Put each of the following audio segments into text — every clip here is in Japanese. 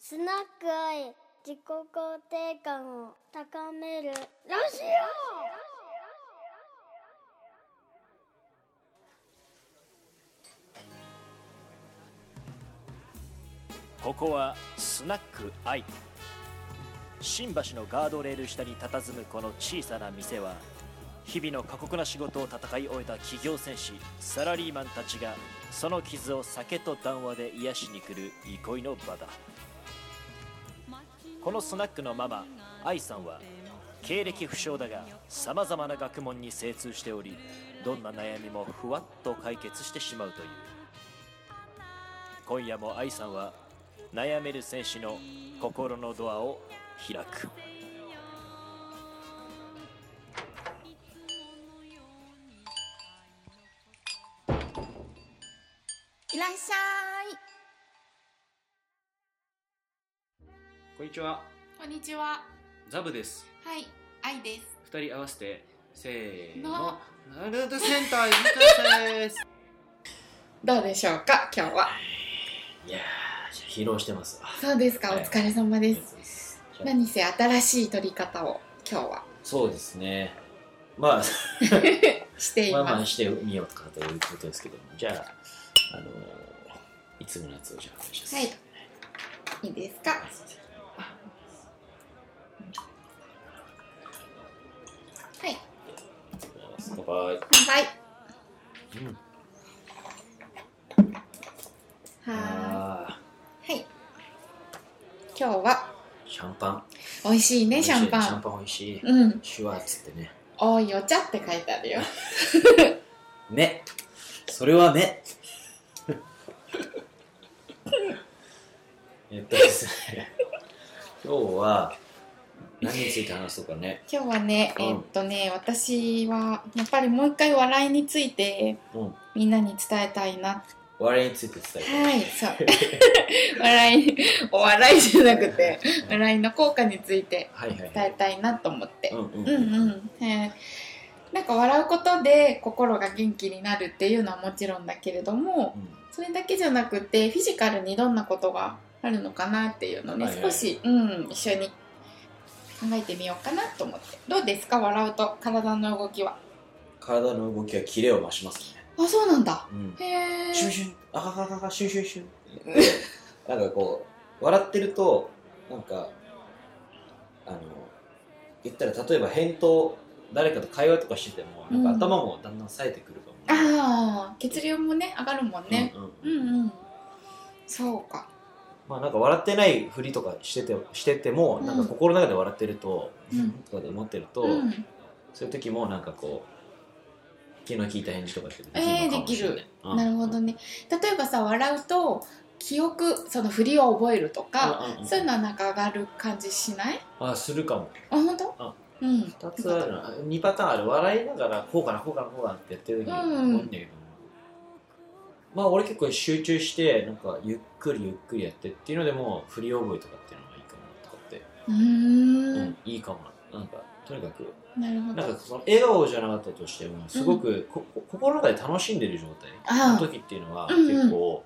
スナック愛、自己肯定感を高める。ラジここはスナックアイ新橋のガードレール下に佇むこの小さな店は日々の過酷な仕事を戦い終えた企業戦士サラリーマンたちがその傷を酒と談話で癒しに来る憩いの場だこのスナックのママ愛さんは経歴不詳だがさまざまな学問に精通しておりどんな悩みもふわっと解決してしまうという今夜も愛さんは悩める選手の心のドアを開くいらっしゃい。こんにちは、こんにちは。ザブです。はい、愛です。二人合わせて、せーのの、ナルトセンターゆかです。どうでしょうか、今日は。 いやー疲労してますわそうですか、おはい疲れ様です。はい何せ新しい撮り方を今日はそうですねまあしていまあままあす。してみようかということですけどもじゃああのーいつものやつをじゃあお願いしますはいいいですか。はい、乾杯乾杯。うんはあーい。はい。今日はーシャンパン美味しい美ね、味しシいャンシャパンン。パン美味しいうん、シュワーツってねおいお茶って書いてあるよ。目それは目 えっとですね今日は何について話そうかね今日はね、うんえっとね、私はやっぱりもう一回笑いについてうんみんなに伝えたいな笑いについて伝えはい、そう。 笑い、お笑いじゃなくて、たい笑いの効果についてはいはいは伝えいたいなと思ってう。んうんうんうん。えーなんか笑うことで心が元気になるっていうのはもちろんだけれども、それだけじゃなくて、フィジカルにどんなことがあるのかなっていうのをね、はいはい少し、うん、一緒に考えてみようかなと思って。どうですか笑うと、体の動きは。体の動きはキレを増しますね、あ、そうなんだ。うん、へシュンー。シュンあははははシュンシュンシュンで なんかこう笑ってるとなんかあの言ったら例えば返答誰かと会話とかしててもなんかうん頭もだんだん冴えてくるかも、ああ、血流もね、上がるもんね。うんうんうんうんそうかまあなんか笑ってないふりとかしててしてても、うんなんか心の中で笑ってると、うんとかで思ってると、うんそういう時もなんかこう気の利いた返事とかってでえーのかもしれないでなるほどね例えばさ笑うと記憶その振りを覚えるとか、うんうんうんそういうのはなんか上がる感じしないうんあするかもあ本当あうん2つあるな2パターンある笑いながらこうかなこうかなこうかなってやってる時うん多いんだけど、まあ俺結構集中してなんかゆっくりゆっくりやってっていうのでも振り覚えとかっていうのがいいかもなとかって、うーうんんいいかもななんかとにかくなるほなんどかその笑顔じゃなかったとしてもすごくこ、こ心の中で楽しんでる状態あのあ時っていうのはうんうん結構、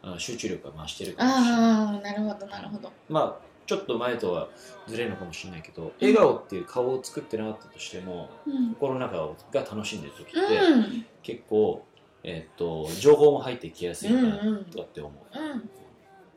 あの集中力が増してるかもしれないああなるほどなるほどまあちょっと前とはずれるのかもしれないけど笑顔っていう顔を作ってなかったとしてもうん心の中が楽しんでる時って、うん結構、えっと情報も入ってきやすいうんうかなんとかって思う、うん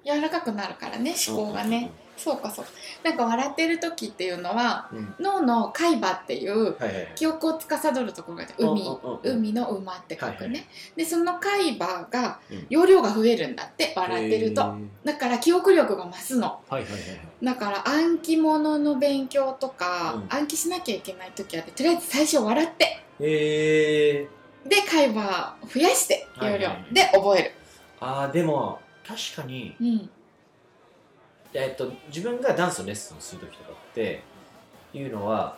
柔らかくなるからね思考がね、うんうんうんそうかそうかなんか笑ってる時っていうのはうん脳の海馬っていうはいはいはい記憶を司るところがあって海うんうんうん海の馬って書はくね、いはでその海馬がうん容量が増えるんだって笑ってるへーとだから記憶力が増すのはいはいはいだから暗記物の勉強とか、うん暗記しなきゃいけない時はとりあえず最初笑ってへえで海馬を増やして容量、はいはいで覚えるあーでも確かにうんえっと、自分がダンスのレッスンをするときとかっていうのは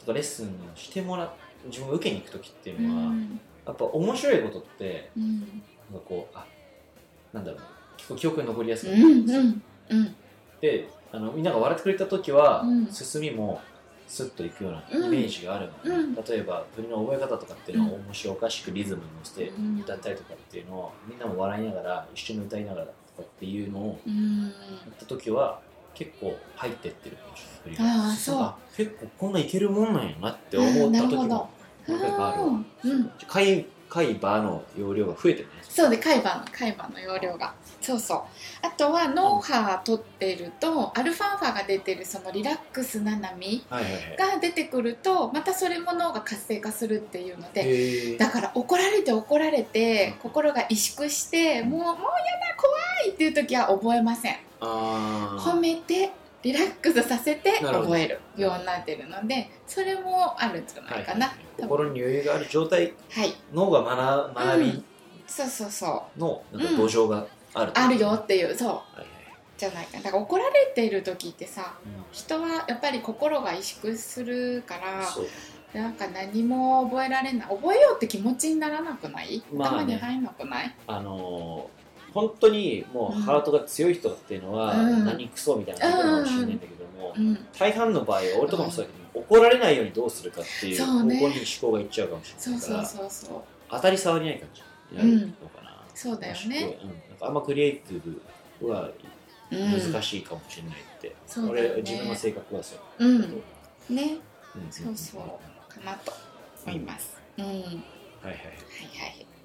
とかレッスンをしてもらう自分が受けに行くときっていううのは、んやっぱ面白いことってうんなんかこうあなんだろう結構記憶に残りやすうくなるんんですよ、うんうんであのみんなが笑ってくれたときは、うん進みもスッといくようなうんイメージがあるので、うん例えば振りの覚え方とかっていうのは面白おかしくリズムに乗せてうん歌ったりとかっていうのをみんなも笑いながら一緒に歌いながらとかっていうのをうんやっ時は結構入ってってるかもしれないああそうあ結構こんないけるもんなんやなって思った時もあ何回かあるわーうん貝貝バーの容量が増えてるねそうで海馬の海馬の容量がそうそうあとは脳波取ってるとアルファンファが出てるそのリラックスな波はいはいはいが出てくるとまたそれも脳が活性化するっていうのでへだから怒られて怒られて心が萎縮してもうもうやだ怖いっていう時は覚えませんあ褒ーめてリラックスさせてなるほど覚えるようになってるのでそれもあるんじゃないかなはいはいはい心に余裕がある状態はい脳が学学うびんそうそうそうのなんか土壌がある、あるよっていうそうはいはいじゃないかだから怒られている時ってさう人はやっぱり心が萎縮するかんらそうなんか何も覚えられない覚えようって気持ちにならなくない、まあね頭に入んなくないあのー本当にもうハートが強い人っていうのはうん何クソみたいなことかもしれないんだけども、うん大半の場合は俺とかもそうだけど、怒られないようにどうするかっていうそ方う向ねに思考がいっちゃうかもしれそなういから、そうそうそう当たり障りない感じになるのかな、そうだよね、うん、なんかあんまクリエイティブはうん難しいかもしれないって、そうだ俺よね自分の性格はそう、うんねうんんそうそうかなと思いますうんはいはいはいはい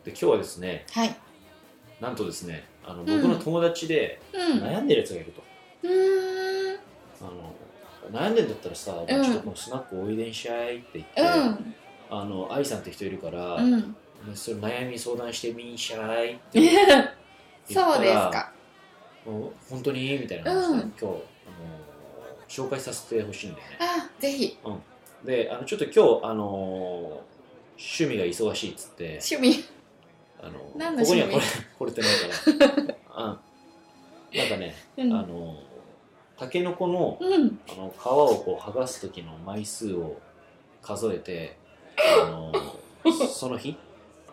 で今日はですねはいなんとですねあのん僕の友達でうんう悩んでるやつがいると、ーんあの悩んでんだったらさ、お前ちょっとこのスナックおいでんしゃいって言って、うんあの愛さんって人いるから、 うんお前それ悩み相談してみんしゃいって言っそうでたすらかもう本当にみたいな話で、うん今日あの紹介させてほしいんだよねあぜひであのちょっと今日あの趣味が忙しいっつって趣味あの何のここにはこれ趣これってないから あなんかね、うんあのタケノコのうんあの皮をこう剥がす時の枚数を数えてあ のその日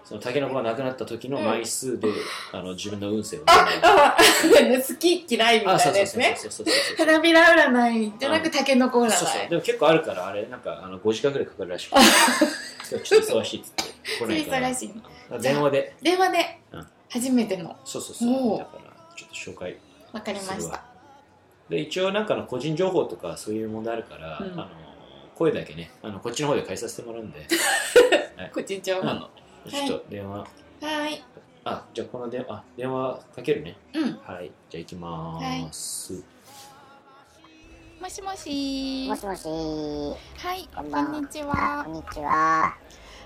そのタケノコがなくなった時の枚数で、あの自分の運勢を占うあ好き嫌いみたあいなそうそやうつそうねそうそうそうそう花びら占いじゃなうくんタケノコ占いそうそうでも結構あるからあれなんかあの5時間ぐらいかかるらしくて 今日ちょっと忙しいっつって来ないから 忙しいのだから電話で電話でうん初めてのそうそうそおううだからちょっと紹介わかりますしるわたで一応なんかの個人情報とかそういう問題あるから、うんあの声だけねあのこっちの方で返させてもらうん で個人情報あののちょっと電話、はいあじゃあこの電話あ電話かけるねうんはいじゃあ行きまーす、もしもしもしもし、はいここんばんはんにちあはこんにちは。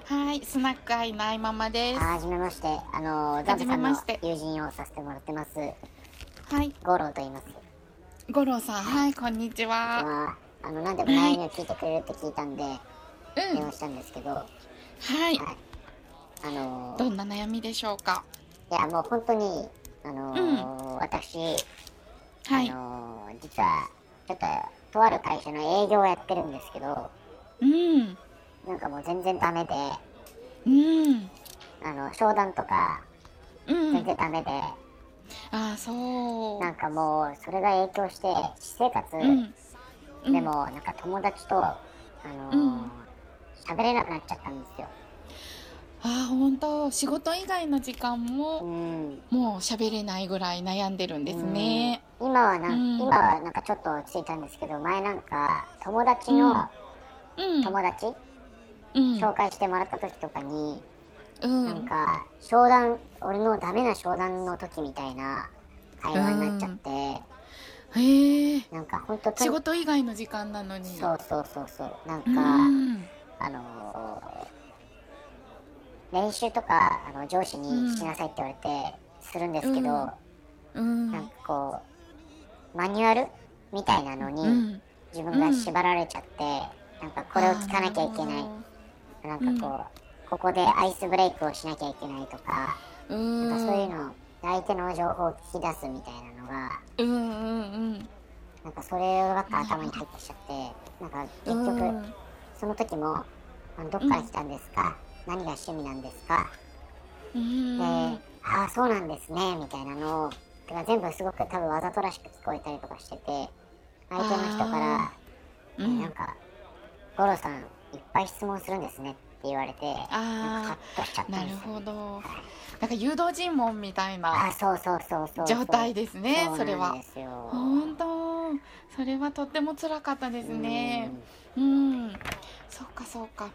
はいスナックアイのあいままですあはじめまして、あの、ダンプさんはじのめまして友人をさせてもらってます。はいゴロウと言います。五郎さんはいこんにちはは、あの、なんでも悩みを聞いてくれるって聞いたんで、うん電は話したんですけど、あいの、どんな悩みでしょうかいや、もう本当に、あの、私、はあいの、実は、ちょっと、とある会社の営業をやってるんですけど、うんなんかもう全然ダメで、うんあの、商談とか、う全ん然ダメで、あーそうなんかもう、それが影響して、私生活、うんうんでもなんか友達とあのーうん喋れなくなっちゃったんですよ。あー本当仕事以外の時間もうん。もう喋れないぐらい悩んでるんですね。今はなん、うん今はなんかちょっと落ち着いたんですけど、前なんか友達のうん、友達、うん、紹介してもらった時とかに、うん、なんか商談俺のダメな商談の時みたいな会話になっちゃって、へえ、なんか本当仕事以外の時間なのに。そうそうそうそうなんか、うん、あのー練習とかあの上司にしなさいって言われてするんですけど。うんうん、なんかこうマニュアルみたいなのうにん、自分が縛られちゃって、なんかこれを聞かなきゃいけないなんかこう、ここでアイスブレイクをしなきゃいけないとか,、い。うん、なんかそういうの相手の情報を聞き出すみたいなのがうんうんうん、なんかそればっか頭に入ってきちゃってなんか結局、うんその時もあの「どっから来たんですか、何が趣味なんですか?」うんで、ああそうなんですねみたいなのをてか全部すごく多分わざとらしく聞こえたりとかしてて相手の人からうねなんん、か、ゴロさん、いっぱい質問するんですねって言われて、なんあかハッとしちゃっーたなんでるすよ。ほどなんか誘導尋問みたいなあ、そうそうそうそう。状態ですねそれうなんはですよ。本当それはとっても辛かったですねうんそうかそうかうん。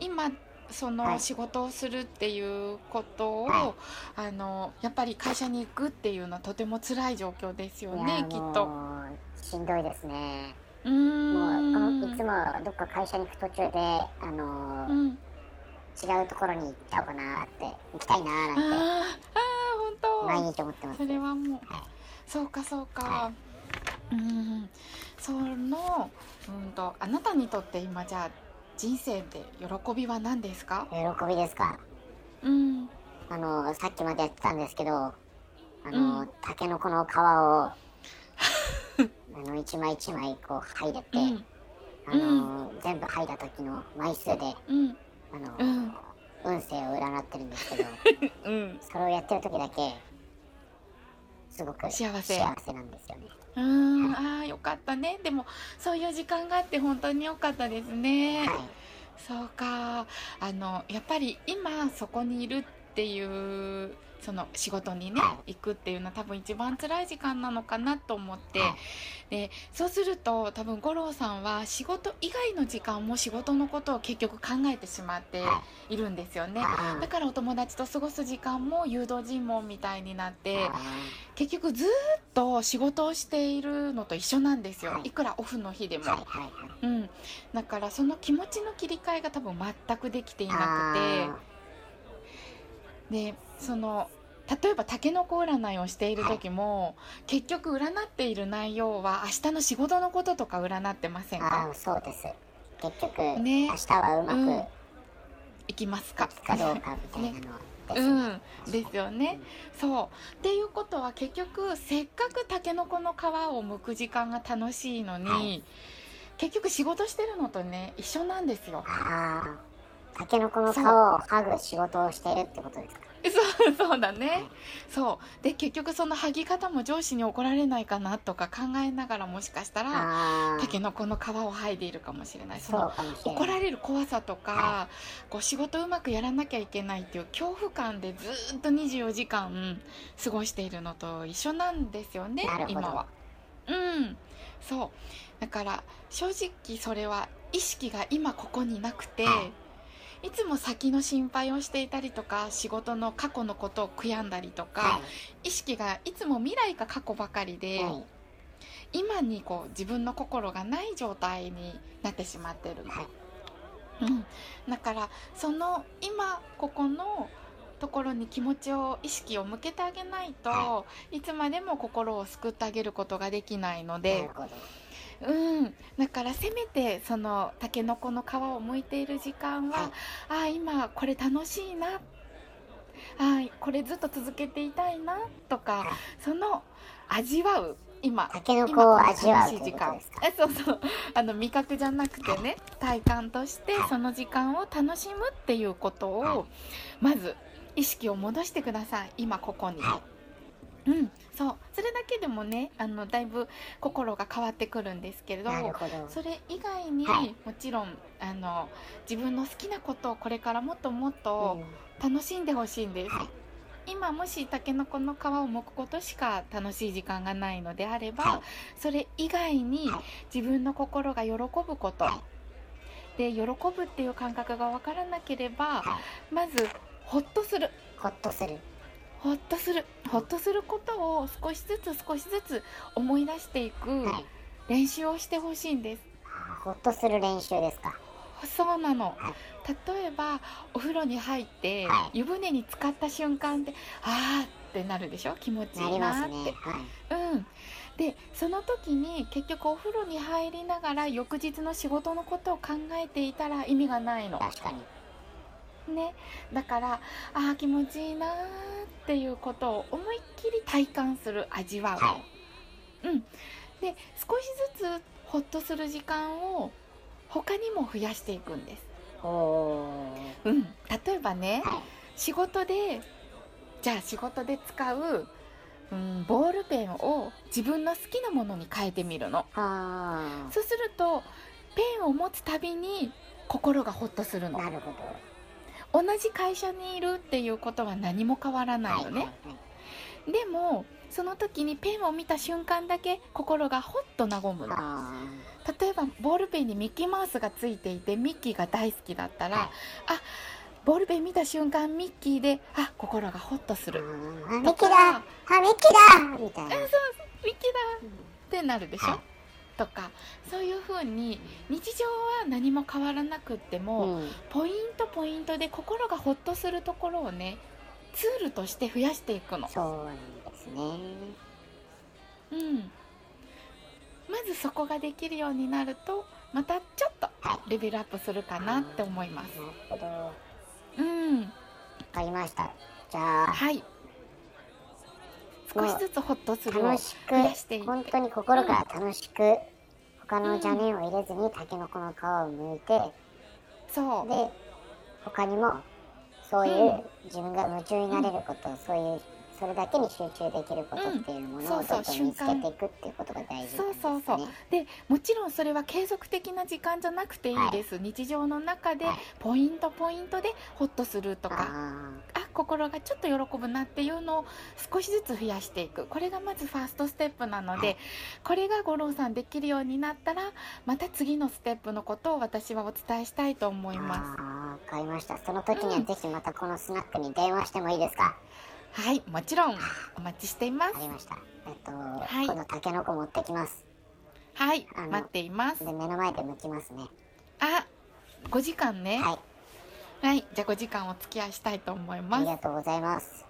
今そはのい仕事をするっていうことを、はあのやっぱり会社に行くっていうのはとても辛い状況ですよいやねきっと。もうしんどいですね。うもうこのいつーんもどっか会社に行く途中で、あのうーん、違うところに行っちゃおうかなって行きたいなあーーなんてあー毎本日思ってま当す。それはもうはいそうかそうかはうんそのうんとあなたにとって今じゃあ人生で喜びは何ですか喜びですか。うんあのさっきまでやってたんですけどあの、うんタケノコの皮を あの一枚一枚こう剥いでって、うんあの全部剥いだ時の枚数でうんあの、うん運勢を占ってるんですけどうんそれをやってる時だけすごく幸せ幸せなんですよねうーんあーよかったねでもそういう時間があって本当によかったですね、はいそうかあのやっぱり今そこにいるっていうその仕事にねは行くっていうのは多分一番辛い時間なのかなと思って、はいでそうすると多分五郎さんは仕事以外の時間も仕事のことを結局考えてしまってはいるんですよね、あだからお友達と過ごす時間も誘導尋問みたいになって、ー結局ずーっと仕事をしているのと一緒なんですよ、はいい、くらオフの日でも、はいはいはいうん、だからその気持ちの切り替えが多分全くできていなくあてでその例えばタケノコ占いをしている時も、結局占っている内容は明日の仕事のこととか占ってませんーあかーそうです結局、ね明日はうまうんく行きます勝かつかどうかみたいなのですねうん、ですよね。そうっていうことは結局せっかくタケノコの皮を剥く時間が楽しいのに、はい結局仕事してるのとね一緒なんですよ。ああ、タケノコの皮を剥ぐ仕事をしているってことですか。 そうそうだね。そうで結局その剥ぎ方も上司に怒られないかなとか考えながらもしかしたらああタ、ケノコの皮を剥いでいるかもしれない。そそうのかもしれない。怒られれる怖さとかこう仕事うまくやらなきゃいけないっていう恐怖感でずーっと24時間過ごしているのと一緒なんですよねなるほど今は。うんそうだから正直それは意識が今ここになくて。いつも先の心配をしていたりとか仕事の過去のことを悔やんだりとかは意識がいつも未来か過去ばかりい。ではい。今にこう自分の心がない状態になってしまってるはい。うん、だからその今ここのところに気持ちを意識を向けてあげないとはいつまでも心を救ってあげることができないのなるで、ほど。うん、だからせめてそのタケノコの皮を剥いている時間は、はいああ今これ楽しいなああこれずっと続けていたいなとか、はいその味わう今タケノコ今をこの味わう楽としいうい時こと間ですか。えそうそうあの味覚じゃなくてね体感としてはいその時間を楽しむっていうことはをまず意識を戻してください今ここに。はうん、そうそれだけでもねあのだいぶ心が変わってくるんですけれどなるほど。それ以外に、はいもちろんあの自分の好きなことをこれからもっともっとうん楽しんでほしいんです、はい今もしタケノコの皮を剥くことしか楽しい時間がないのであれば、はいそれ以外にはい自分の心が喜ぶこと、はで喜ぶっていう感覚が分からなければ、はまずほっとするほっとする。ほっとするほっとすることを少しずつ少しずつ思い出していくはい。練習をしてほしいんですほっとする練習ですか。そうなのは例えばお風呂に入っては湯船に浸かった瞬間であーってなるでしょ気持ちいなりいますなねーって、。はい。うんでその時に結局お風呂に入りながら翌日の仕事のことを考えていたら意味がないの確かに。ねだからあー気持ちいいなーっていうことを思いっきり体感する味わう、はい。で少しずつほっとする時間を他にも増やしていくんですおおー。うん、例えばね、はい仕事でじゃあ仕事で使う、うん、ボールペンを自分の好きなものに変えてみるのはあ。そうするとペンを持つたびに心がホッとするのなるほど。同じ会社にいるっていうことは何も変わらないのね、でもその時にペンを見た瞬間だけ心がほっと和むのあ例えばボールペンにミッキーマウスがついていてミッキーが大好きだったら、はいあボールペン見た瞬間ミッキーであ心がホッとすーあるー。あミとッキーかだあ、ミッキーだみたいな。ミッキーだってなるでしょ、はいとかそういう風に日常は何も変わらなくっても、うん。ポイントポイントで心がホッとするところをねツールとして増やしていくの、そうなんですね。うん、まずそこができるようになるとまたちょっとレベルアップするかなって思いますなるほど。わうんかりました。じゃあ、はい少しずつホッとするを楽し増やしていっく、て本当に心から楽しく、他の邪念を入れずに、タケノコの皮を剥いて、そうで他にもそういう自分が夢中になれること、そういうそれだけに集中できることっていうものうをんどそうんどそうん見つけ瞬て間いくっていうことが大事そうなそんうですそね。うでもちろんそれは継続的な時間じゃなくていいです、日常の中ではいポイントポイントでホッとするとか、ああ心がちょっと喜ぶなっていうのを少しずつ増やしていくこれがまずファーストステップなのでこれが五郎さんできるようになったらまた次のステップのことを私はお伝えしたいと思ーいまあー、わかりました。その時にはぜひまたこのスナックに電話してもいいですか。すはいもちろんお待ちしていますわかりました。えっと、いこのタケノコ持ってきます。はいあの待っていますで目の前で剥きますね。あ5時間ねはい、はいじゃあ5時間お付き合いしたいと思いあまりすがとうございます。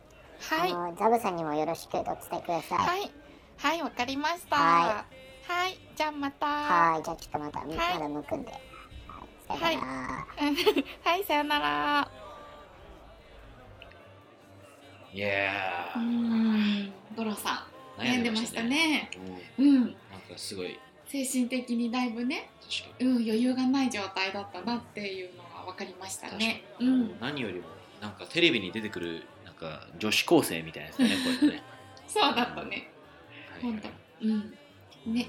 はいあのザブさんにもよろしくお伝えください。は、はいいはいわかりましたははいじゃあまたじゃあちょっとまた、まだはい剥くんで。はい、さよなら。 はいさよならいやうーん五郎さんー悩んでましたねうんうんなんかすごい精神的にだいぶね、確かうん、余裕がない状態だったなっていうのが分かりましたね。うん、何よりもなんかテレビに出てくるなんか女子高生みたいなやつだね これね、そうだったね。はい本当、うん、ね、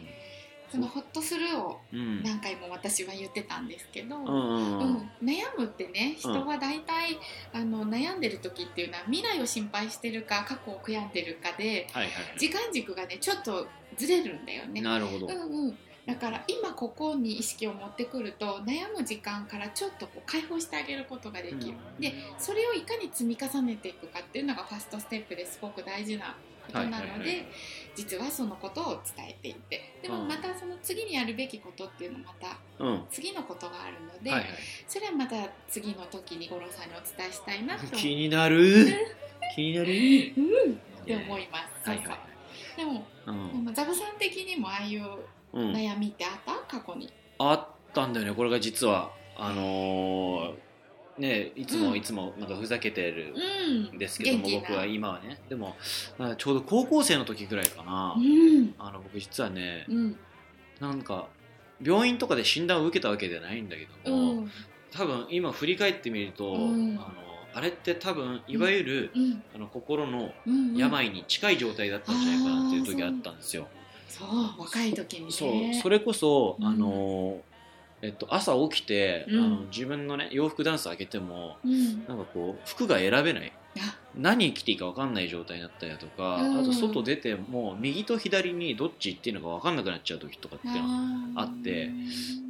そのホッとするをうん何回も私は言ってたんですけど。うんうんううんん、悩むってね人は大体、あの悩んでる時っていうのは未来を心配してるか過去を悔やんでるかではいはい時間軸がねちょっとずれるんだよね。なるほど、うんうん、だから今ここに意識を持ってくると悩む時間からちょっとこう解放してあげることができる、うんでそれをいかに積み重ねていくかっていうのがファーストステップですごく大事なことなので、はいはいはい実はそのことを伝えていてでもうんまたその次にやるべきことっていうのまたうんは次のことがあるのいで、はいそれはまた次の時に五郎さんにお伝えしたいなと気にな る気になるうんって思います。はいはいそうはそいうでもうんまあザブさん的にもああいううん悩みってあった過去に。あったんだよねこれが実はあのーねいつうもんいつもなんかふざけてるうんんですけども、元気な僕は今はねでもあちょうど高校生の時ぐらいかな、うんあの僕実はねうんなんか病院とかで診断を受けたわけじゃないんだけうども、ん多分今振り返ってみると、うんあのあれって多分いわゆる、うんあの心のうん病に近い状態だったんじゃないかなっていう時あったんですよ。そう若い時にねそうそれれこそ、うんあのえっと、朝起きて、うんあの自分の、ね、洋服ダンス開けてもうんなんかこう服が選べない何着ていいか分かんない状態になったりだとか、うんあと外出ても右と左にどっち行っていいのか分かんなくなっちゃう時とかっていうのがあって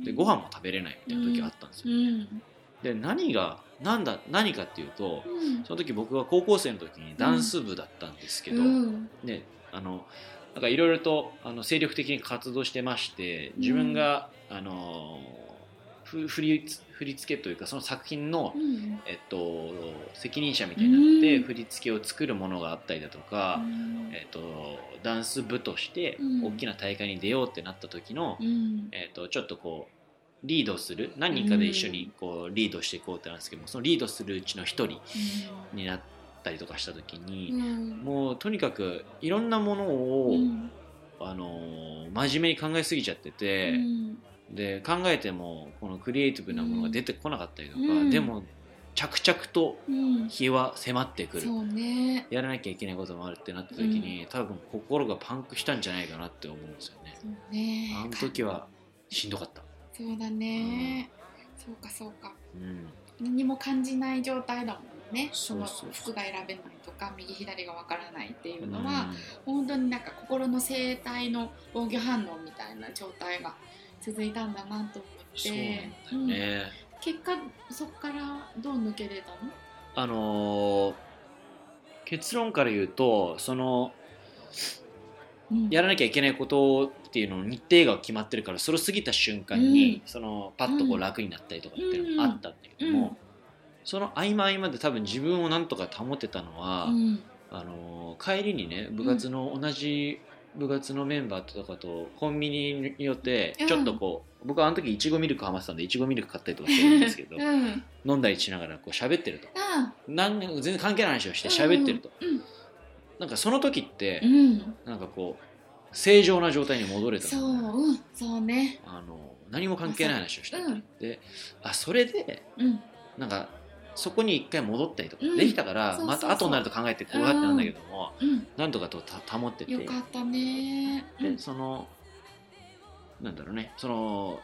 でご飯も食べれないみたいな時があったんですうよ。んで何がなんだ何かっていうとうんその時僕は高校生の時にダンス部だったんですけど、うんね、あのなんかいろいろとあの精力的に活動してまして自分が、あのふ振りつ振り付けというかその作品の、うんえっと、責任者みたいになって、うん振り付けを作るものがあったりだとか、えっと、ダンス部としてうん大きな大会に出ようってなった時の、うんえっと、ちょっとこうリードする何人かで一緒にこうリードしていこうってなんですけどもそのリードするうちの一人になったりとかした時に。うんもうとにかくいろんなものを、うんあのー真面目に考えすぎちゃってて、で考えてもこのクリエイティブなものが出てこなかったりとか、うんでも着々とうん日は迫ってくるそうねやらなきゃいけないこともあるってなった時に、多分心がパンクしたんじゃないかなって思うんですよねそうねあの時はしんどかったそうだねそうかそうかうん、何も感じない状態だもんねそそうのそう服が選べないとか右左がわからないっていううんのは、本当になんか心の生態の防御反応みたいな状態が続いたんだなと思ってそううんね結果そこからどう抜け出たのあのー結論から言うとそのうんやらなきゃいけないことっていうのの日程が決まってるからそれを過ぎた瞬間に、そのパッとこううん楽になったりとかっていうのがあったんだけども、うんその合間合間で多分自分をなんとか保てたのは、うんあのー帰りにね部活の同じ部活のメンバーとかとコンビニによってうんちょっとこう、僕はあの時いちごミルクハマってたんでいちごミルク買ったりとかしてるんですけど、うん飲んだりしながらこう喋ってるとあなん全然関係ない話をして喋ってると、うんなんかその時ってう、んなんかこう正常な状態に戻れたそうのねうんそうねあの何も関係ない話をしたのね、うんであそれでうんなんかそこに一回戻ったりとかうんできたから、そうそうそまうた後になると考えてこうやってなんだけども、うんなんとかとた保っててよかったねうんでそのなんだろうねその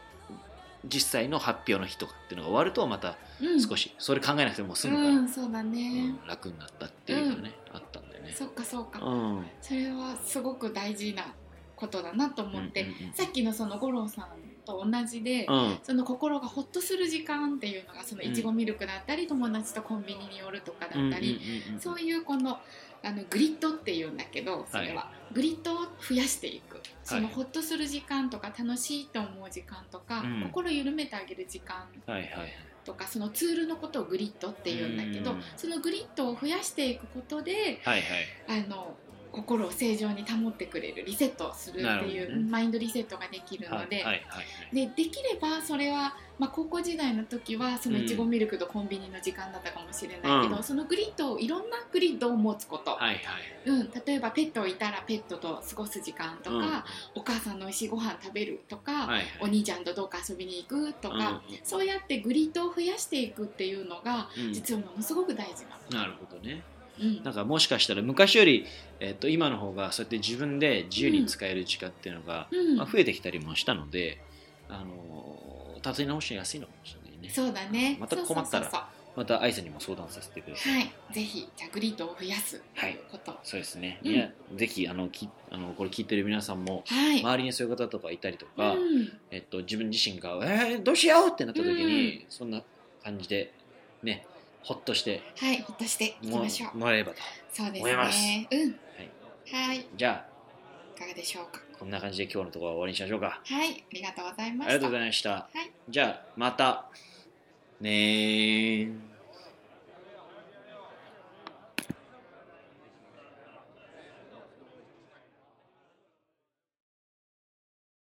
実際の発表の日とかっていうのが終わるとまたうん少し、それ考えなくても済むから、うんそうだうねん楽になったっていうのがね、あったんだよね。そっかそっうかんそれはすごく大事なことだなと思ってうんうんうんさっきのその五郎さんと同じでうんその心がほっとする時間っていうのがそのいちごミルクだったり友達とコンビニに寄るとかだったりうんうんうんうんそういうこのあのグリッドっていうんだけどそれは、グリッドを増やしていくそのホッとする時間とか楽しいと思う時間とか、うん心緩めてあげる時間はいはいはいとかそのツールのことをグリッドっていうんだけど、うんそのグリッドを増やしていくことではいはいあの心を正常に保ってくれるリセットするっていなるほう、どねマインドリセットができるはので。いはいはいでできればそれは、まあ、高校時代の時はそのいちごミルクとコンビニの時間だったかもしれないけど、うんそのグリッドをいろんなグリッドを持つこと、はいはいうん、例えばペットをいたらペットと過ごす時間とか、うんお母さんの美味しいご飯食べるとか、はいはいお兄ちゃんとどうか遊びに行くとか、うんそうやってグリッドを増やしていくっていうのがうん実はものすごく大事なの。なるほどねうんなんかもしかしたら昔より、えっと今の方がそうやって自分で自由に使える時間っていうのが、うんまあ、増えてきたりもしたので、あのー立て直しやすいのかもしれないねそうだねまた困ったらそうそうまたアイスにも相談させてくだそさうい、はいぜひじゃあグリッドを増やすということはそうですね、うんいやぜひあのきあのこれ聞いてる皆さんもい、周りにそういう方とかいたりとか、うんえっと、自分自身が「えー、どうしよう!」ってなった時に、そんな感じでねほっとしてはいほっとしていきもましょうもらえればとそうです思いますねうんはい、い、じゃかがでしょうかあこんな感じで今日のところは終わりにしましょうかはいありがとうございあましたりがとうございました、はいじゃあまたねー